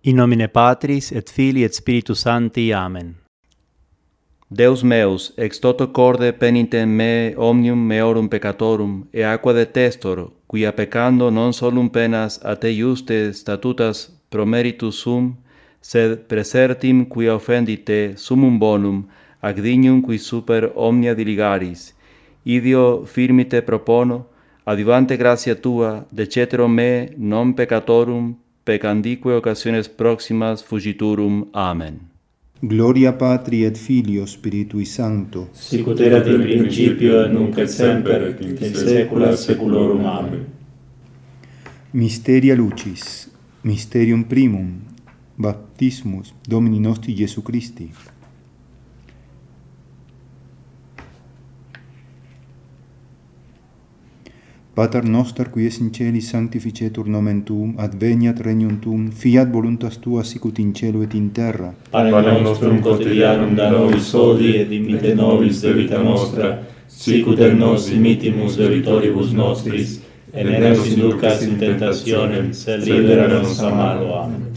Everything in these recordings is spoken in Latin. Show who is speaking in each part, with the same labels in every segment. Speaker 1: In nomine Patris et Filii et Spiritus Sancti. Amen.
Speaker 2: Deus meus, ex toto corde penitent me omnium meorum peccatorum, e aqua detestor, quia peccando non solum penas a te iuste statutas promeritus sum, sed presertim quia offendi te sumum bonum, ac dignum qui super omnia diligaris. Idio firmi te propono, adivante gratia tua, decetero me non peccatorum, peccandique occasiones proximas fugiturum. Amen.
Speaker 3: Gloria Patri et Filio Spiritui Sancto.
Speaker 4: Sicut erat in principio et nunc et semper et in saecula saeculorum. Amen.
Speaker 3: Mysteria Lucis. Mysterium primum. Baptismus Domini nostri Jesu Christi. Pater noster qui es in celi sanctificetur nomen tuum, adveniat regnum tuum, fiat voluntas tua sicut in cielo et in terra.
Speaker 4: Panem nostrum quotidianum da nobis hodie et dimitte nobis debita nostra, sicut et nos dimittimus debitoribus nostris, et ne nos inducas in tentationem, sed libera nos a malo. Amen.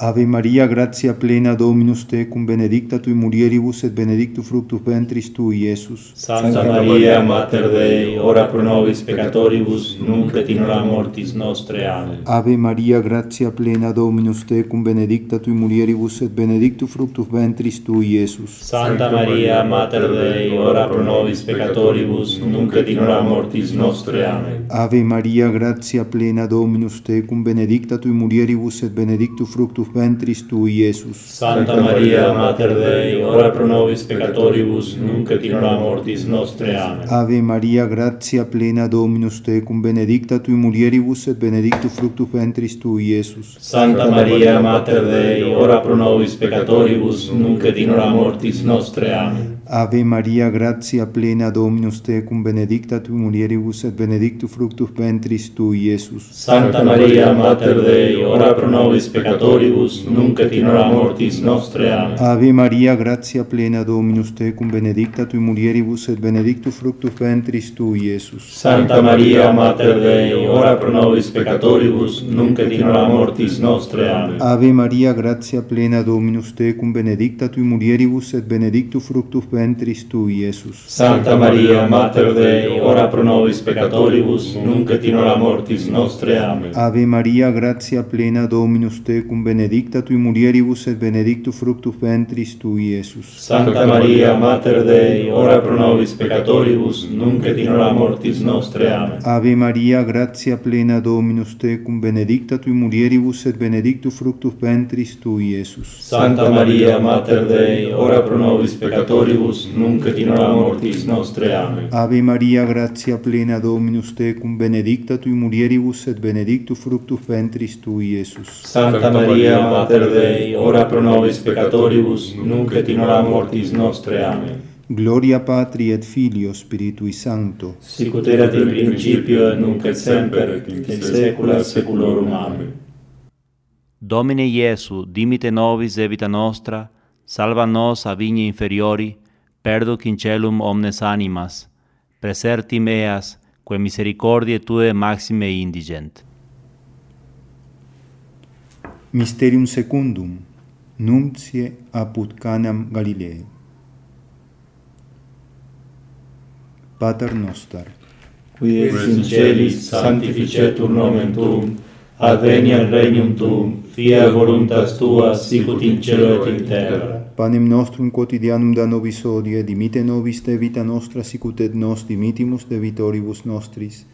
Speaker 3: Ave Maria, gratia plena Dominus tecum, benedicta tui mulieribus et benedictus fructus ventris tui, Iesus.
Speaker 4: Sancta Maria, Mater Dei, ora pro nobis peccatoribus, nunc et in hora mortis nostre. Amen.
Speaker 3: Ave Maria, gratia plena Dominus tecum, benedicta tui mulieribus et benedictus fructus ventris tui, Iesus.
Speaker 4: Santa Maria, Mater Dei, ora pro nobis peccatoribus, nunc et in hora mortis nostre. Amen.
Speaker 3: Ave Maria, gratia plena Dominus tecum, benedicta tui mulieribus et benedictus fructus ventris tui, Iesus.
Speaker 4: Santa Maria, Mater Dei, ora pro nobis peccatoribus, nunc et in hora mortis nostre. Amen.
Speaker 3: Ave Maria, gratia plena Dominus tecum, benedicta tui mulieribus et benedictus fructus ventris tui, Iesus.
Speaker 4: Santa Maria, Mater Dei, ora pro nobis peccatoribus, nunc et in hora mortis nostre. Amen.
Speaker 3: Ave Maria, gratia plena Dominus tecum, benedicta tui mulieribus et benedictus fructus ventris tui, Iesus.
Speaker 4: Santa Maria, Mater Dei, ora pro nobis peccatoribus, nunc et in hora mortis nostre. Amen.
Speaker 3: Ave Maria, gratia plena Dominus tecum, benedicta tui mulieribus et benedictus fructus ventris tui, Iesus.
Speaker 4: Santa Maria, Mater Dei, ora pro nobis peccatoribus, nunc et in hora mortis nostre. Amen.
Speaker 3: Ave Maria, gratia plena Dominus tecum, benedicta tui mulieribus et benedictus fructus ventris tui, Iesus.
Speaker 4: Santa Maria, Mater Dei, ora pro nobis peccatoribus, nunc et in hora mortis nostre. Amen.
Speaker 3: Ave Maria, gratia plena Dominus tecum, benedicta tui mulieribus et benedictus fructus ventris tui, Iesus.
Speaker 4: Santa Maria, Mater Dei, ora pro nobis peccatoribus, nunc et in hora mortis nostre. Amen.
Speaker 3: Ave Maria, gratia plena Dominus tecum, benedicta tui mulieribus et benedictus fructus ventris tui, Iesus.
Speaker 4: Santa Maria, Mater Dei, ora pro nobis peccatoribus, nunc et in hora mortis nostre. Amen.
Speaker 3: Ave Maria, gratia plena Dominus tecum, benedicta tui mulieribus et benedictus fructus ventris tui, Iesus.
Speaker 4: Santa Maria, Mater Dei, ora pro nobis peccatoribus, nunc et in hora mortis nostre. Amen.
Speaker 3: Gloria Patri et Filio Spiritui Sancto.
Speaker 4: Sicut erat in principio et nunc et semper et in saecula saeculorum. Amen.
Speaker 1: Domine Iesu, dimite nobis debita nostra, salva nos a vigne inferiori, perduc in celum omnes animas, presertim eas, quae misericordiae Tue maxime indigent.
Speaker 3: Mysterium secundum. Nuncie apud Canam Galileae. Pater noster.
Speaker 4: Qui ex in celis sanctificetur nomen tuum, adveniat regnum tuum, fiat voluntas tua sicut in cielo et in terra.
Speaker 3: Panem nostrum quotidianum da nobis hodie, dimite nobis debita nostra sicut et nos dimitimus debitoribus nostris,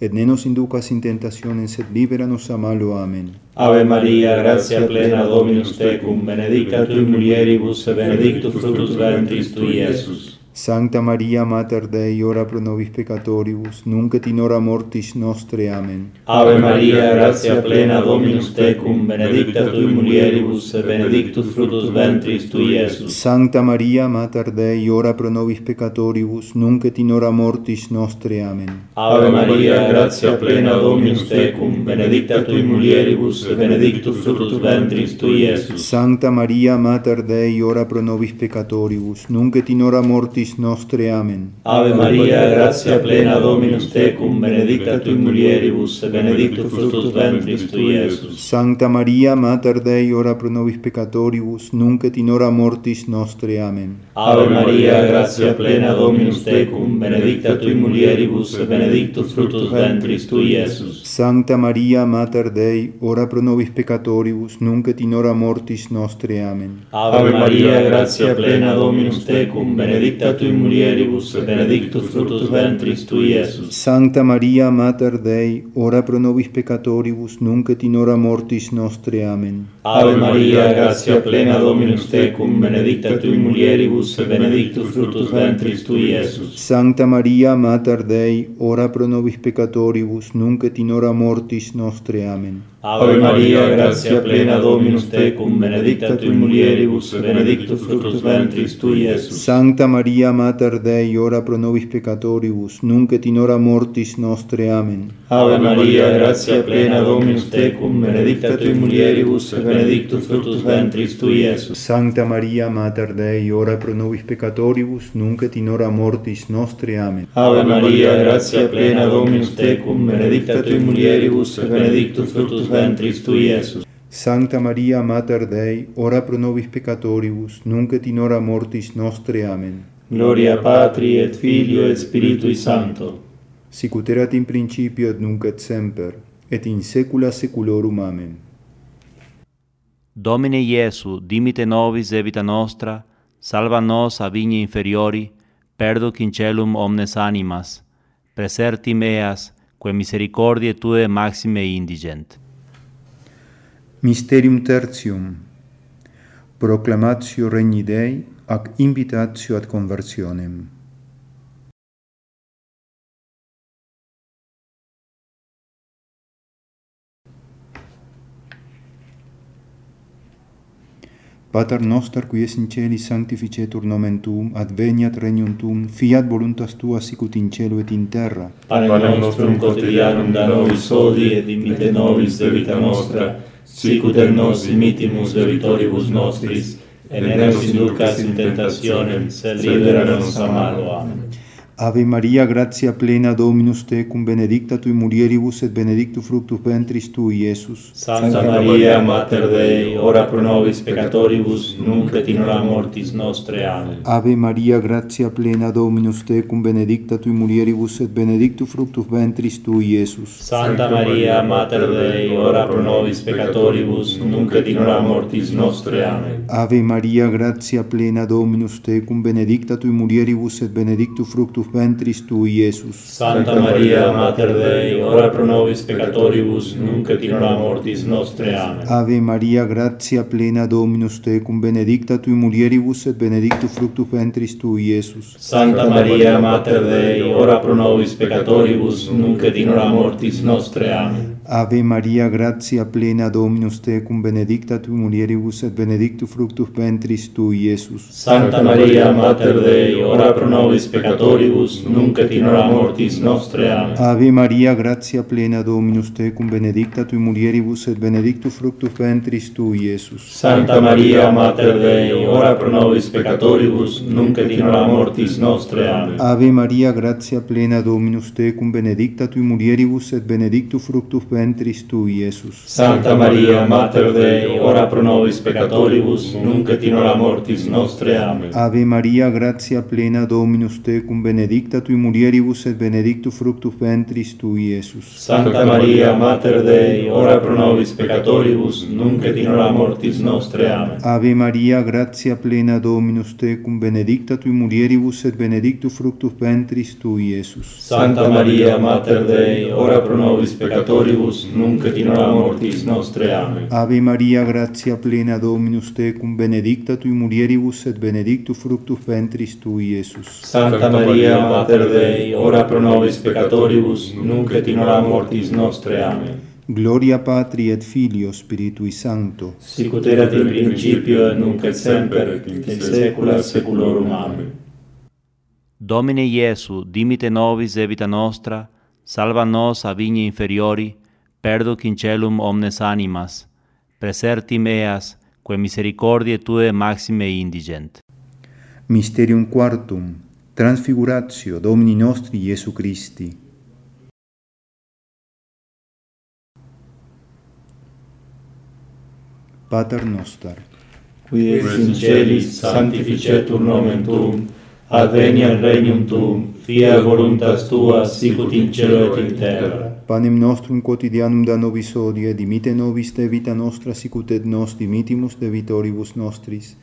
Speaker 3: et ne nos inducas in tentationem, sed libera nos a malo. Amen.
Speaker 4: Ave Maria, gratia plena Dominus tecum, benedicta tu in mulieribus et benedictus fructus ventris tui, Iesus.
Speaker 3: Sancta Maria, Mater Dei, ora pro nobis peccatoribus, nunc et in hora mortis nostre. Amen.
Speaker 4: Ave Maria, gratia plena Dominus tecum, benedicta tu in mulieribus et benedictus fructus ventris tui, Iesus.
Speaker 3: Sancta Maria, Mater Dei, ora pro nobis peccatoribus, nunc et in hora mortis nostre. Amen.
Speaker 4: Ave Maria, gratia plena Dominus tecum, benedicta tu in mulieribus et benedictus fructus ventris tui, Iesus.
Speaker 3: Sancta Maria, Mater Dei, ora pro nobis peccatoribus, nunc et in hora mortis Christus nostre. Amen.
Speaker 4: Ave Maria, gratia plena Dominus tecum, benedicta tu in mulieribus, et benedictus fructus ventris tui, Iesus.
Speaker 3: Sancta Maria, Mater Dei, ora pro nobis peccatoribus, nunc et in hora mortis nostre. Amen.
Speaker 4: Ave Maria, gratia plena Dominus tecum, benedicta tu in mulieribus, et benedictus fructus ventris tui, Iesus.
Speaker 3: Sancta Maria, Mater Dei, ora pro nobis peccatoribus, nunc et in hora mortis nostre. Amen.
Speaker 4: Ave Maria, gratia plena Dominus tecum, benedicta tu in mulieribus, et benedictus fructus ventris tui, Iesus.
Speaker 3: Sancta Maria, Mater Dei, ora pro nobis peccatoribus, nunc et in hora mortis nostre. Amen.
Speaker 4: Ave Maria, gratia plena Dominus tecum, benedicta tu in mulieribus, et benedictus fructus ventris tui, Iesus.
Speaker 3: Sancta Maria, Mater Dei, ora pro nobis peccatoribus, nunc et in hora mortis nostre. Amen.
Speaker 4: Ave Maria, gratia plena Dominus tecum, benedicta tu in mulieribus, et benedictus fructus ventris tui, Iesus.
Speaker 3: Sancta Maria, Mater Dei, ora pro nobis peccatoribus, nunc et in hora mortis nostre. Amen.
Speaker 4: Ave Maria, gratia plena Dominus tecum, benedicta tu in mulieribus, et benedictus fructus ventris tui, Iesus.
Speaker 3: Sancta Maria, Mater Dei, ora pro nobis peccatoribus, nunc et in hora mortis nostre. Amen.
Speaker 4: Ave Maria, gratia plena Dominus tecum, benedicta tu in mulieribus, et benedictus fructus ventris tui, Iesus.
Speaker 3: Sancta Maria, Mater Dei, ora pro nobis peccatoribus, nunc et in hora mortis nostre. Amen.
Speaker 4: Gloria Patri et Filio et Spiritui Sancto.
Speaker 3: Sicut erat in principio et nunc et semper, et in saecula saeculorum. Amen.
Speaker 1: Domine Iesu, dimite nobis debita nostra, salva nos a vigne inferiori, perduc in celum omnes animas, presertim eas, que misericordiae tue maxime indigent.
Speaker 3: Mysterium tertium. Proclamatio regni Dei ac invitatio ad conversionem. Pater noster qui es in celi sanctificetur nomen tuum, adveniat regnum tuum, fiat voluntas tua sicut in cielo et in terra.
Speaker 4: Panem nostrum quotidianum da nobis hodie et dimitte nobis debita nostra, sicut et nos dimittimus debitoribus nostris, et ne nos inducas in tentationem, sed libera nos a malo. Amen.
Speaker 3: Ave Maria, gratia plena Dominus tecum, benedicta tu in mulieribus et benedictus fructus ventris tui, Iesus.
Speaker 4: Santa Maria, Mater Dei, ora pro nobis peccatoribus, nunc et in hora mortis nostre. Amen.
Speaker 3: Ave Maria, gratia plena Dominus tecum, benedicta tu in mulieribus et benedictus fructus ventris tui, Iesus.
Speaker 4: Santa Maria, Mater Dei, ora pro nobis peccatoribus, nunc et in hora mortis nostre. Amen.
Speaker 3: Ave Maria, gratia plena Dominus tecum, benedicta tu in mulieribus et benedictus fructus ventris tui, Iesus.
Speaker 4: Santa Maria, Mater Dei, ora pro nobis peccatoribus, nunc et in hora mortis nostre. Amen.
Speaker 3: Ave Maria, gratia plena Dominus tecum, benedicta tu in mulieribus et benedictus fructus ventris tui, Iesus.
Speaker 4: Santa Maria, Mater Dei, ora pro nobis peccatoribus, nunc et in hora mortis nostre. Amen.
Speaker 3: Ave Maria, gratia plena Dominus tecum, benedicta tu in mulieribus et benedictus fructus ventris tui, Iesus.
Speaker 4: Santa Maria, Mater Dei, ora pro nobis peccatoribus, nunc et in hora mortis nostre. Amen.
Speaker 3: Ave Maria, gratia plena Dominus tecum, benedicta tu in mulieribus et benedictus fructus ventris tui, Iesus.
Speaker 4: Santa Maria, Mater Dei, ora pro nobis peccatoribus, nunc et in hora mortis nostre. Amen.
Speaker 3: Ave Maria, gratia plena Dominus tecum, benedicta tu in mulieribus et benedictus fructus ventris tui, Iesus.
Speaker 4: Santa Maria, Mater Dei, ora pro nobis peccatoribus, nunc et in hora mortis nostre. Amen.
Speaker 3: Ave Maria, gratia plena Dominus tecum, benedicta tu in mulieribus et benedictus fructus ventris tui, Iesus.
Speaker 4: Santa Maria, Mater Dei, ora pro nobis peccatoribus, nunc et in hora mortis nostre. Amen.
Speaker 3: Ave Maria, gratia plena Dominus tecum, benedicta tu in mulieribus et benedictus fructus ventris tui, Iesus.
Speaker 4: Santa Maria, Mater Dei, ora pro nobis peccatoribus, nunc et in hora mortis nostre. Amen.
Speaker 3: Ave Maria, gratia plena Dominus tecum, benedicta tu in mulieribus et benedictus fructus ventris tui, Iesus.
Speaker 4: Santa Maria, Mater Dei, ora pro nobis peccatoribus, nunc et in hora mortis nostre. Amen.
Speaker 3: Gloria Patri et Filio Spiritui Sancto.
Speaker 4: Sicut erat in principio et nunc et semper et in saecula saeculorum. Amen.
Speaker 1: Domine Iesu, dimite nobis debita nostra, salva nos a vigne inferiori, perduc in celum omnes animas, presertim eas, que misericordiae tue maxime indigent.
Speaker 3: Mysterium quartum. transfiguratio Domini nostri Iesu Christi. Pater noster,
Speaker 4: qui ex in celis sanctificetur nomen tuum, adveniat regnum tuum, fiat voluntas tua sicut in cielo et in terra.
Speaker 3: panem nostrum quotidianum da nobis hodie, dimite nobis de vita nostra sicut et nos dimitimus de vitoribus nostris,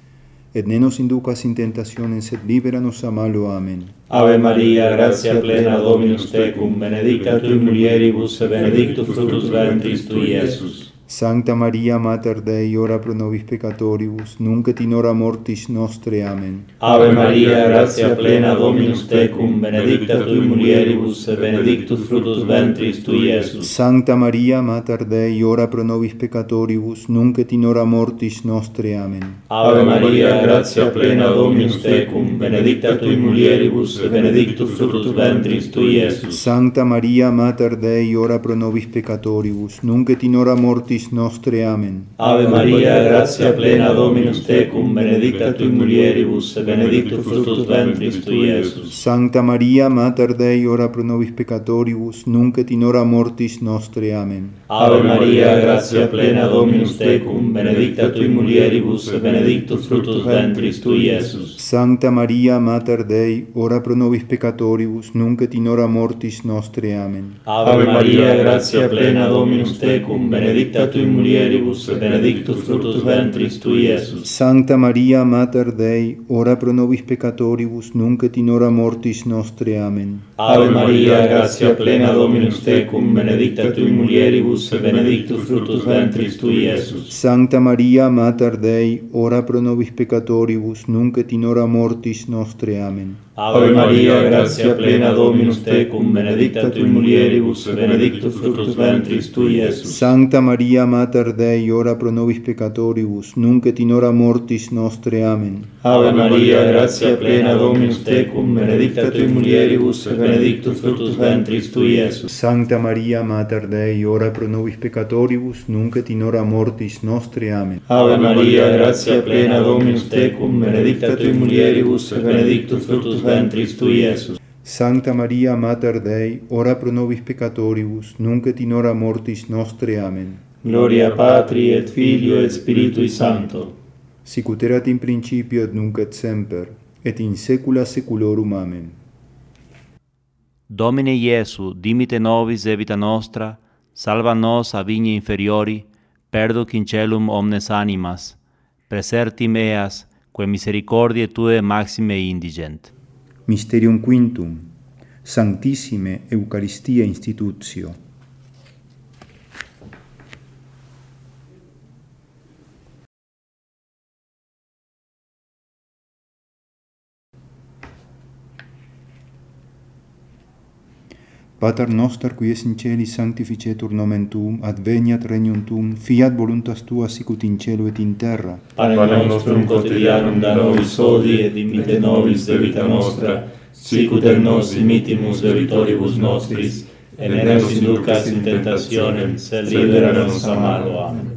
Speaker 3: et ne nos inducas in tentationem, sed libera nos a malo. Amen.
Speaker 4: Ave Maria, gratia plena Dominus tecum, benedicta tu in mulieribus et benedictus fructus ventris tui, Iesus.
Speaker 3: Sancta Maria Mater Dei, ora pro nobis peccatoribus, nunc et in hora mortis nostre. Amen.
Speaker 4: Ave Maria, gratia plena Dominus tecum, benedicta tu in mulieribus et benedictus fructus ventris tui, Iesus.
Speaker 3: Sancta Maria Mater Dei, ora pro nobis peccatoribus, nunc et in hora mortis nostre. Amen.
Speaker 4: Ave Maria, gratia plena Dominus tecum, benedicta tu in mulieribus et benedictus fructus ventris tui, Iesus.
Speaker 3: Sancta Maria Mater Dei, ora pro nobis peccatoribus, nunc et in hora mortis nostre. Amen.
Speaker 4: Ave Maria, gratia plena Dominus tecum, benedicta tu in mulieribus et benedictus fructus ventris tui, Iesus.
Speaker 3: Sancta Maria Mater Dei, ora pro nobis peccatoribus, nunc et in hora mortis nostre. Amen.
Speaker 4: Ave Maria, gratia plena Dominus tecum, benedicta tu in mulieribus et benedictus fructus ventris tui, Iesus.
Speaker 3: Sancta Maria Mater Dei, ora pro nobis peccatoribus, nunc et in hora mortis nostre. Amen.
Speaker 4: Ave Maria, gratia plena Dominus tecum, benedicta tu in mulieribus et benedictus fructus ventris tui, Iesus.
Speaker 3: Sancta Maria Mater Dei, ora pro nobis peccatoribus, nunc et in hora mortis nostre. Amen.
Speaker 4: Ave Maria, gratia plena Dominus tecum, benedicta tu in mulieribus et benedictus fructus ventris tui, Iesus.
Speaker 3: Sancta Maria Mater Dei, ora pro nobis peccatoribus, nunc et in hora mortis nostre. Amen.
Speaker 4: Ave Maria, gratia plena Dominus tecum, benedicta tu in mulieribus et benedictus fructus ventris tui, Iesus.
Speaker 3: Sancta Maria Mater Dei, ora pro nobis peccatoribus, nunc et in hora mortis nostre. Amen.
Speaker 4: Ave Maria, gratia plena Dominus tecum, benedicta tu in mulieribus et benedictus fructus ventris tui, Iesus.
Speaker 3: Sancta Maria Mater Dei, ora pro nobis peccatoribus, nunc et in hora mortis nostre. Amen.
Speaker 4: Ave Maria, gratia plena Dominus tecum, benedicta tu in mulieribus et benedictus fructus ventris tui, Iesus.
Speaker 3: Sancta Maria Mater Dei, ora pro nobis peccatoribus, nunc et in hora mortis nostre. Amen.
Speaker 4: Gloria Patri et Filio et Spiritui Sancto.
Speaker 3: Sicut erat in principio et nunc et semper, et in saecula saeculorum. Amen.
Speaker 1: Domine Iesu, dimite nobis debita nostra, salva nos a vigne inferiori, perdo quincelum omnes animas, preserti meas, que misericordiae tue maxime indigent.
Speaker 3: Mysterium quintum, Sanctissime Eucharistia institutio. Pater noster qui es in celis sanctificetur nomen tuum, adveniat regnum tuum, fiat voluntas tua sicut in cielo et in terra.
Speaker 4: Panem nostrum quotidianum da nobis hodie et dimitte nobis debita nostra, sicut et nos dimittimus debitoribus nostris, et ne nos inducas in tentationem, sed libera nos a malo. Amen.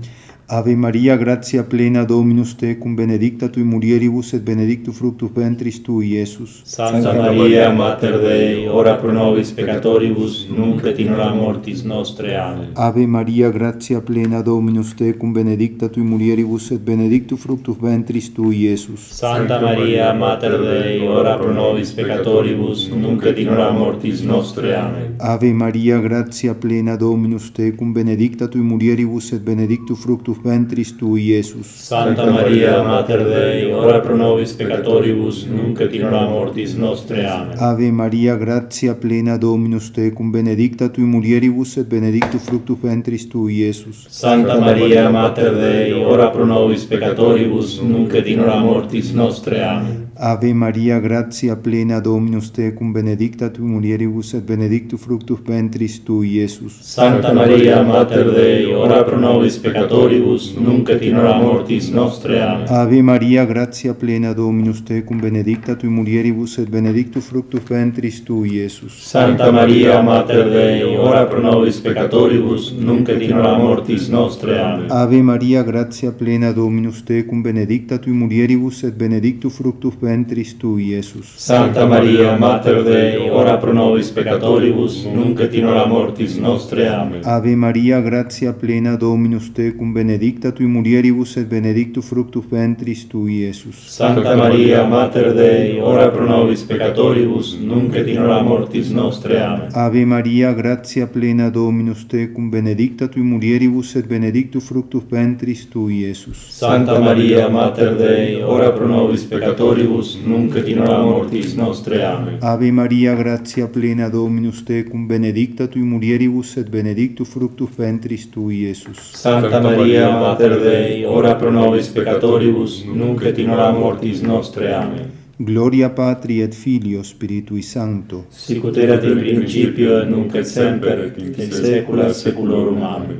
Speaker 3: Ave Maria, gratia plena Dominus tecum, benedicta tu in mulieribus et benedictus fructus ventris tui, Iesus.
Speaker 4: Santa Maria, Mater Dei, ora pro nobis peccatoribus, nunc et in hora mortis nostre. Amen.
Speaker 3: Ave Maria, gratia plena Dominus tecum, benedicta tu in mulieribus et benedictus fructus ventris tui, Iesus.
Speaker 4: Santa Maria, Mater Dei, ora pro nobis peccatoribus, nunc et in hora mortis nostre. Amen.
Speaker 3: Ave Maria, gratia plena Dominus tecum, benedicta tu in mulieribus et benedictus fructus ventris tui, Iesus.
Speaker 4: Santa Maria, Mater Dei, ora pro nobis peccatoribus, nunc et in hora mortis nostre. Amen.
Speaker 3: Ave Maria, gratia plena Dominus tecum, benedicta tu in mulieribus et benedictus fructus ventris tui, Iesus.
Speaker 4: Santa Maria, Mater Dei, ora pro nobis peccatoribus, nunc et in hora mortis nostre. Amen.
Speaker 3: Ave Maria, gratia plena Dominus tecum, benedicta tu in mulieribus et benedictus fructus ventris tui, Iesus.
Speaker 4: Santa Maria, Mater Dei, ora pro nobis peccatoribus, nunc et in hora mortis nostre. Amen.
Speaker 3: Ave Maria, gratia plena Dominus tecum, benedicta tu in mulieribus et benedictus fructus ventris tui, Iesus.
Speaker 4: Santa Maria, Mater Dei, ora pro nobis peccatoribus, nunc et in hora mortis nostre. Amen.
Speaker 3: Ave Maria, gratia plena Dominus tecum, benedicta tu in mulieribus et benedictus fructus ventris tui, Iesus.
Speaker 4: Santa Maria, Mater Dei, ora pro nobis peccatoribus, nunc et in hora mortis nostre. Amen.
Speaker 3: Ave Maria, gratia plena Dominus tecum, benedicta tui mulieribus et benedictus fructus ventris tui, Iesus.
Speaker 4: Santa Maria, Mater Dei, ora pro nobis peccatoribus, nunc et in hora mortis nostre. Amen.
Speaker 3: Ave Maria, gratia plena Dominus tecum, benedicta tui mulieribus et benedictus fructus ventris tui, Iesus.
Speaker 4: Santa Maria, Mater Dei, ora pro nobis peccatoribus, nunc et in hora mortis nostre. Amen.
Speaker 3: Ave Maria, gratia plena Dominus tecum, benedicta tui mulieribus et benedictus fructus ventris tui, Iesus.
Speaker 4: Santa Maria, Mater Dei, ora pro nobis peccatoribus, nunc et in hora mortis nostre. Amen.
Speaker 3: Gloria Patri et Filio Spiritui Sancto.
Speaker 4: Sicut erat in principio et nunc et semper et in saecula saeculorum. Amen.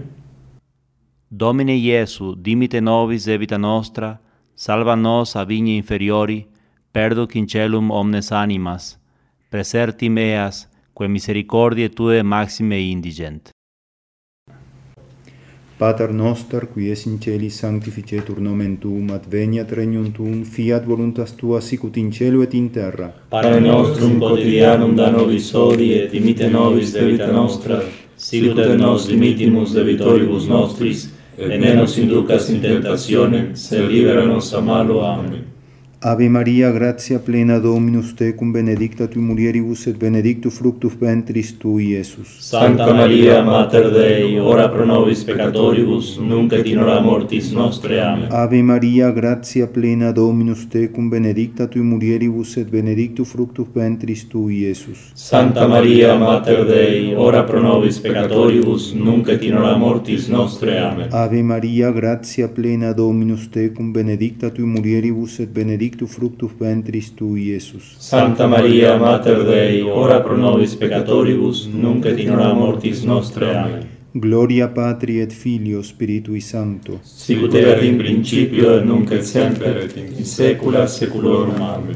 Speaker 1: Domine Iesu, dimite nobis debita nostra, salva nos a vigne inferiori, perdo quincelum omnes animas, preserti meas, que misericordiae tue maxime indigent.
Speaker 3: Pater noster, qui es in celis, sanctificetur nomen tuum, adveniat regnum tuum, fiat voluntas tua sicut in cielo et in terra.
Speaker 4: Pane nostrum quotidianum da nobis hodie et dimite nobis debita nostra, sicut et nos dimittimus debitoribus nostris, et ne nos inducas in tentationem, sed libera nos a malo. Amen.
Speaker 3: Ave Maria, gratia plena Dominus tecum, benedicta tui mulieribus et benedictus fructus ventris tui, Iesus.
Speaker 4: Santa Maria, Mater Dei, ora pro nobis peccatoribus, nunc et in hora mortis nostre. Amen.
Speaker 3: Ave Maria, gratia plena Dominus tecum, benedicta tui mulieribus et benedictus fructus ventris tui, Iesus.
Speaker 4: Santa Maria, Mater Dei, ora pro nobis peccatoribus, nunc et in hora mortis nostre. Amen.
Speaker 3: Ave Maria, gratia plena Dominus tecum, benedicta tui mulieribus et benedictus fructus ventris tui, Iesus.
Speaker 4: Santa Maria, Mater Dei, ora pro nobis peccatoribus, nunc et in hora mortis nostre. Amen.
Speaker 3: Gloria Patri et Filio Spiritui Sancto.
Speaker 4: Sicut erat in principio et nunc et semper et in saecula saeculorum. Amen.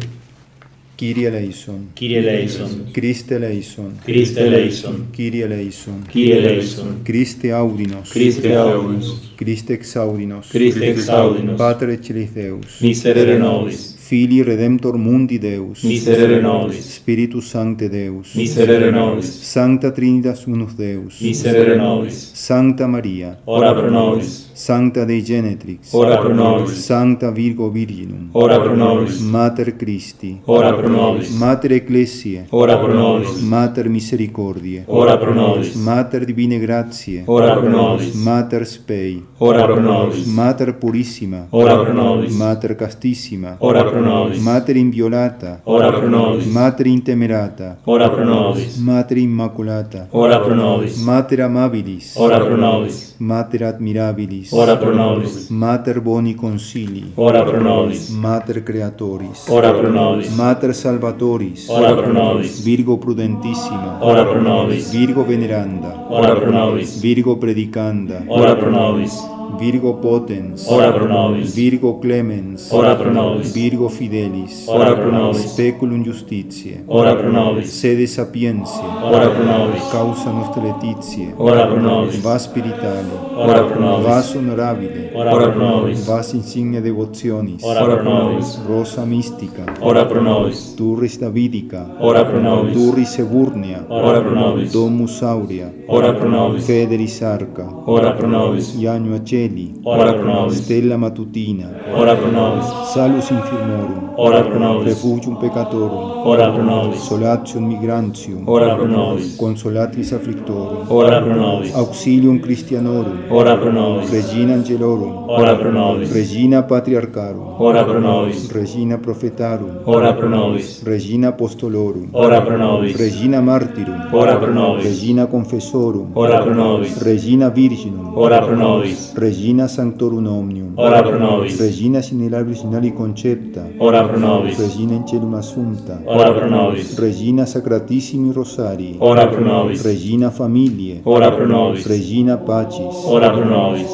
Speaker 3: Kyrie eleison.
Speaker 4: Kyrie eleison.
Speaker 3: Christe eleison.
Speaker 4: Christe eleison.
Speaker 3: Kyrie eleison.
Speaker 4: Kyrie eleison.
Speaker 3: Christe audinos.
Speaker 4: Christe audimus.
Speaker 3: Christe exaudinos.
Speaker 4: Christe exaudimus.
Speaker 3: Pater Eccelis Deus.
Speaker 4: Miserere nobis.
Speaker 3: Filii Redemptor Mundi Deus.
Speaker 4: Miserere nobis.
Speaker 3: Spiritus Sancte Deus.
Speaker 4: Miserere nobis.
Speaker 3: Sancta Trinitas Unus Deus.
Speaker 4: Miserere nobis.
Speaker 3: Sancta Maria.
Speaker 4: Ora pro nobis.
Speaker 3: Sancta Dei Genetrix.
Speaker 4: Ora pro nobis.
Speaker 3: Sancta Virgo Virginum.
Speaker 4: Ora pro nobis.
Speaker 3: Mater Christi.
Speaker 4: Ora pro nobis.
Speaker 3: Mater Ecclesiae.
Speaker 4: Ora pro nobis.
Speaker 3: Mater Misericordiae.
Speaker 4: Ora pro nobis.
Speaker 3: Mater Divine Gratiae.
Speaker 4: Ora pro nobis.
Speaker 3: Mater Spei.
Speaker 4: Ora pro nobis.
Speaker 3: Mater Purissima.
Speaker 4: Ora pro nobis.
Speaker 3: Mater Castissima.
Speaker 4: Ora pro nobis.
Speaker 3: Mater Inviolata.
Speaker 4: Ora pro nobis.
Speaker 3: Mater Intemerata.
Speaker 4: Ora pro nobis.
Speaker 3: Mater Immaculata.
Speaker 4: Ora pro nobis.
Speaker 3: Mater Amabilis.
Speaker 4: Ora pro nobis.
Speaker 3: Mater Admirabilis.
Speaker 4: Ora pro nobis.
Speaker 3: Mater Boni Concili.
Speaker 4: Ora pro nobis.
Speaker 3: Mater Creatoris.
Speaker 4: Ora pro nobis.
Speaker 3: Mater Salvatoris.
Speaker 4: Ora pro nobis.
Speaker 3: Virgo Prudentissima.
Speaker 4: Ora pro nobis.
Speaker 3: Virgo Veneranda.
Speaker 4: Ora pro nobis.
Speaker 3: Virgo Predicanda.
Speaker 4: Ora pro nobis.
Speaker 3: Virgo Potens.
Speaker 4: Ora pro nobis.
Speaker 3: Virgo Clemens.
Speaker 4: Ora pro nobis.
Speaker 3: Virgo Fidelis.
Speaker 4: Ora pro nobis.
Speaker 3: Speculum Justitiae.
Speaker 4: Ora pro nobis.
Speaker 3: Sede Sapientiae.
Speaker 4: Ora pro nobis.
Speaker 3: Causa nostra letizia.
Speaker 4: Ora pro nobis.
Speaker 3: Vas spiritale.
Speaker 4: Ora pro nobis.
Speaker 3: Vas honorabile.
Speaker 4: Ora pro nobis.
Speaker 3: Vas insigne devotionis.
Speaker 4: Ora pro nobis.
Speaker 3: Rosa mystica.
Speaker 4: Ora pro nobis.
Speaker 3: Turris Davidica.
Speaker 4: Ora pro nobis.
Speaker 3: Turris Eburnea.
Speaker 4: Ora pro nobis.
Speaker 3: Domus Aurea.
Speaker 4: Ora pro nobis.
Speaker 3: Federis Arca.
Speaker 4: Ora pro nobis.
Speaker 3: Ianua Celi.
Speaker 4: Ora pro nobis.
Speaker 3: Stella Matutina.
Speaker 4: Ora pro nobis.
Speaker 3: Salus Infirmorum.
Speaker 4: Ora pro nobis.
Speaker 3: Refugium Peccatorum.
Speaker 4: Ora pro nobis.
Speaker 3: Solatium Migrantium.
Speaker 4: Ora pro nobis.
Speaker 3: Consolatis Afflictorum.
Speaker 4: Ora pro nobis.
Speaker 3: Auxilium Christianorum.
Speaker 4: Ora pro nobis.
Speaker 3: Regina Angelorum.
Speaker 4: Ora pro nobis.
Speaker 3: Regina Patriarcharum.
Speaker 4: Ora pro nobis.
Speaker 3: Regina Prophetarum.
Speaker 4: Ora pro nobis.
Speaker 3: Regina Apostolorum.
Speaker 4: Ora pro nobis.
Speaker 3: Regina Martyrum.
Speaker 4: Ora pro nobis.
Speaker 3: Regina Confessorum.
Speaker 4: Ora pro nobis.
Speaker 3: Regina Virginum.
Speaker 4: Ora pro nobis.
Speaker 3: Regina Sanctorum Omnium.
Speaker 4: Ora pro nobis.
Speaker 3: Regina Sinela Virginali Concepta.
Speaker 4: Ora pro nobis.
Speaker 3: Regina in Celum Assumpta.
Speaker 4: Ora pro nobis.
Speaker 3: Regina Sacratissimi Rosarii.
Speaker 4: Ora pro nobis.
Speaker 3: Regina Familie.
Speaker 4: Ora pro nobis.
Speaker 3: Regina Pacis.
Speaker 4: Ora pro nobis.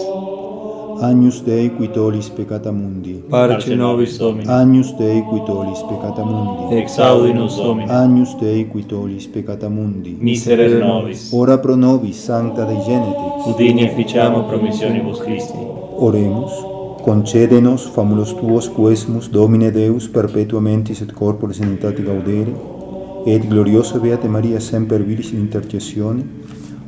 Speaker 3: Agnus Dei qui tollis peccata mundi.
Speaker 4: Parce nobis Domine.
Speaker 3: Agnus Dei qui tollis peccata mundi.
Speaker 4: Exaudi nos Domine.
Speaker 3: Agnus Dei qui tollis peccata mundi.
Speaker 4: Miserere nobis.
Speaker 3: Ora pro nobis, Sancta Dei Genetrix.
Speaker 4: Udini e ficiamo promissionibus Christi.
Speaker 3: Oremus. Concédenos, famulos tuos quesmus, Domine Deus, perpetuamente et corporis sanitate gaudere, et gloriosa Beate Maria semper Virgine intercessione,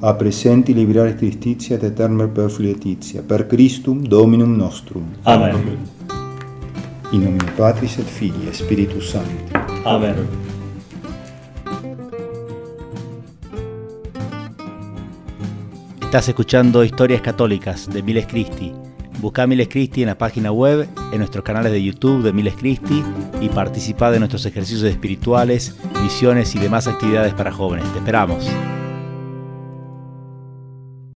Speaker 3: a presenti liberare tristizia et eterna per filietizia, per Christum Dominum nostrum.
Speaker 4: Amen.
Speaker 3: In nomine Patris et Filii et Spiritus Sancti.
Speaker 4: Amen.
Speaker 1: Estás escuchando Historias Católicas de Miles Christi. Busca Miles Christi en la página web, en nuestros canales de YouTube de Miles Christi y participa de nuestros ejercicios espirituales, misiones y demás actividades para jóvenes. Te esperamos.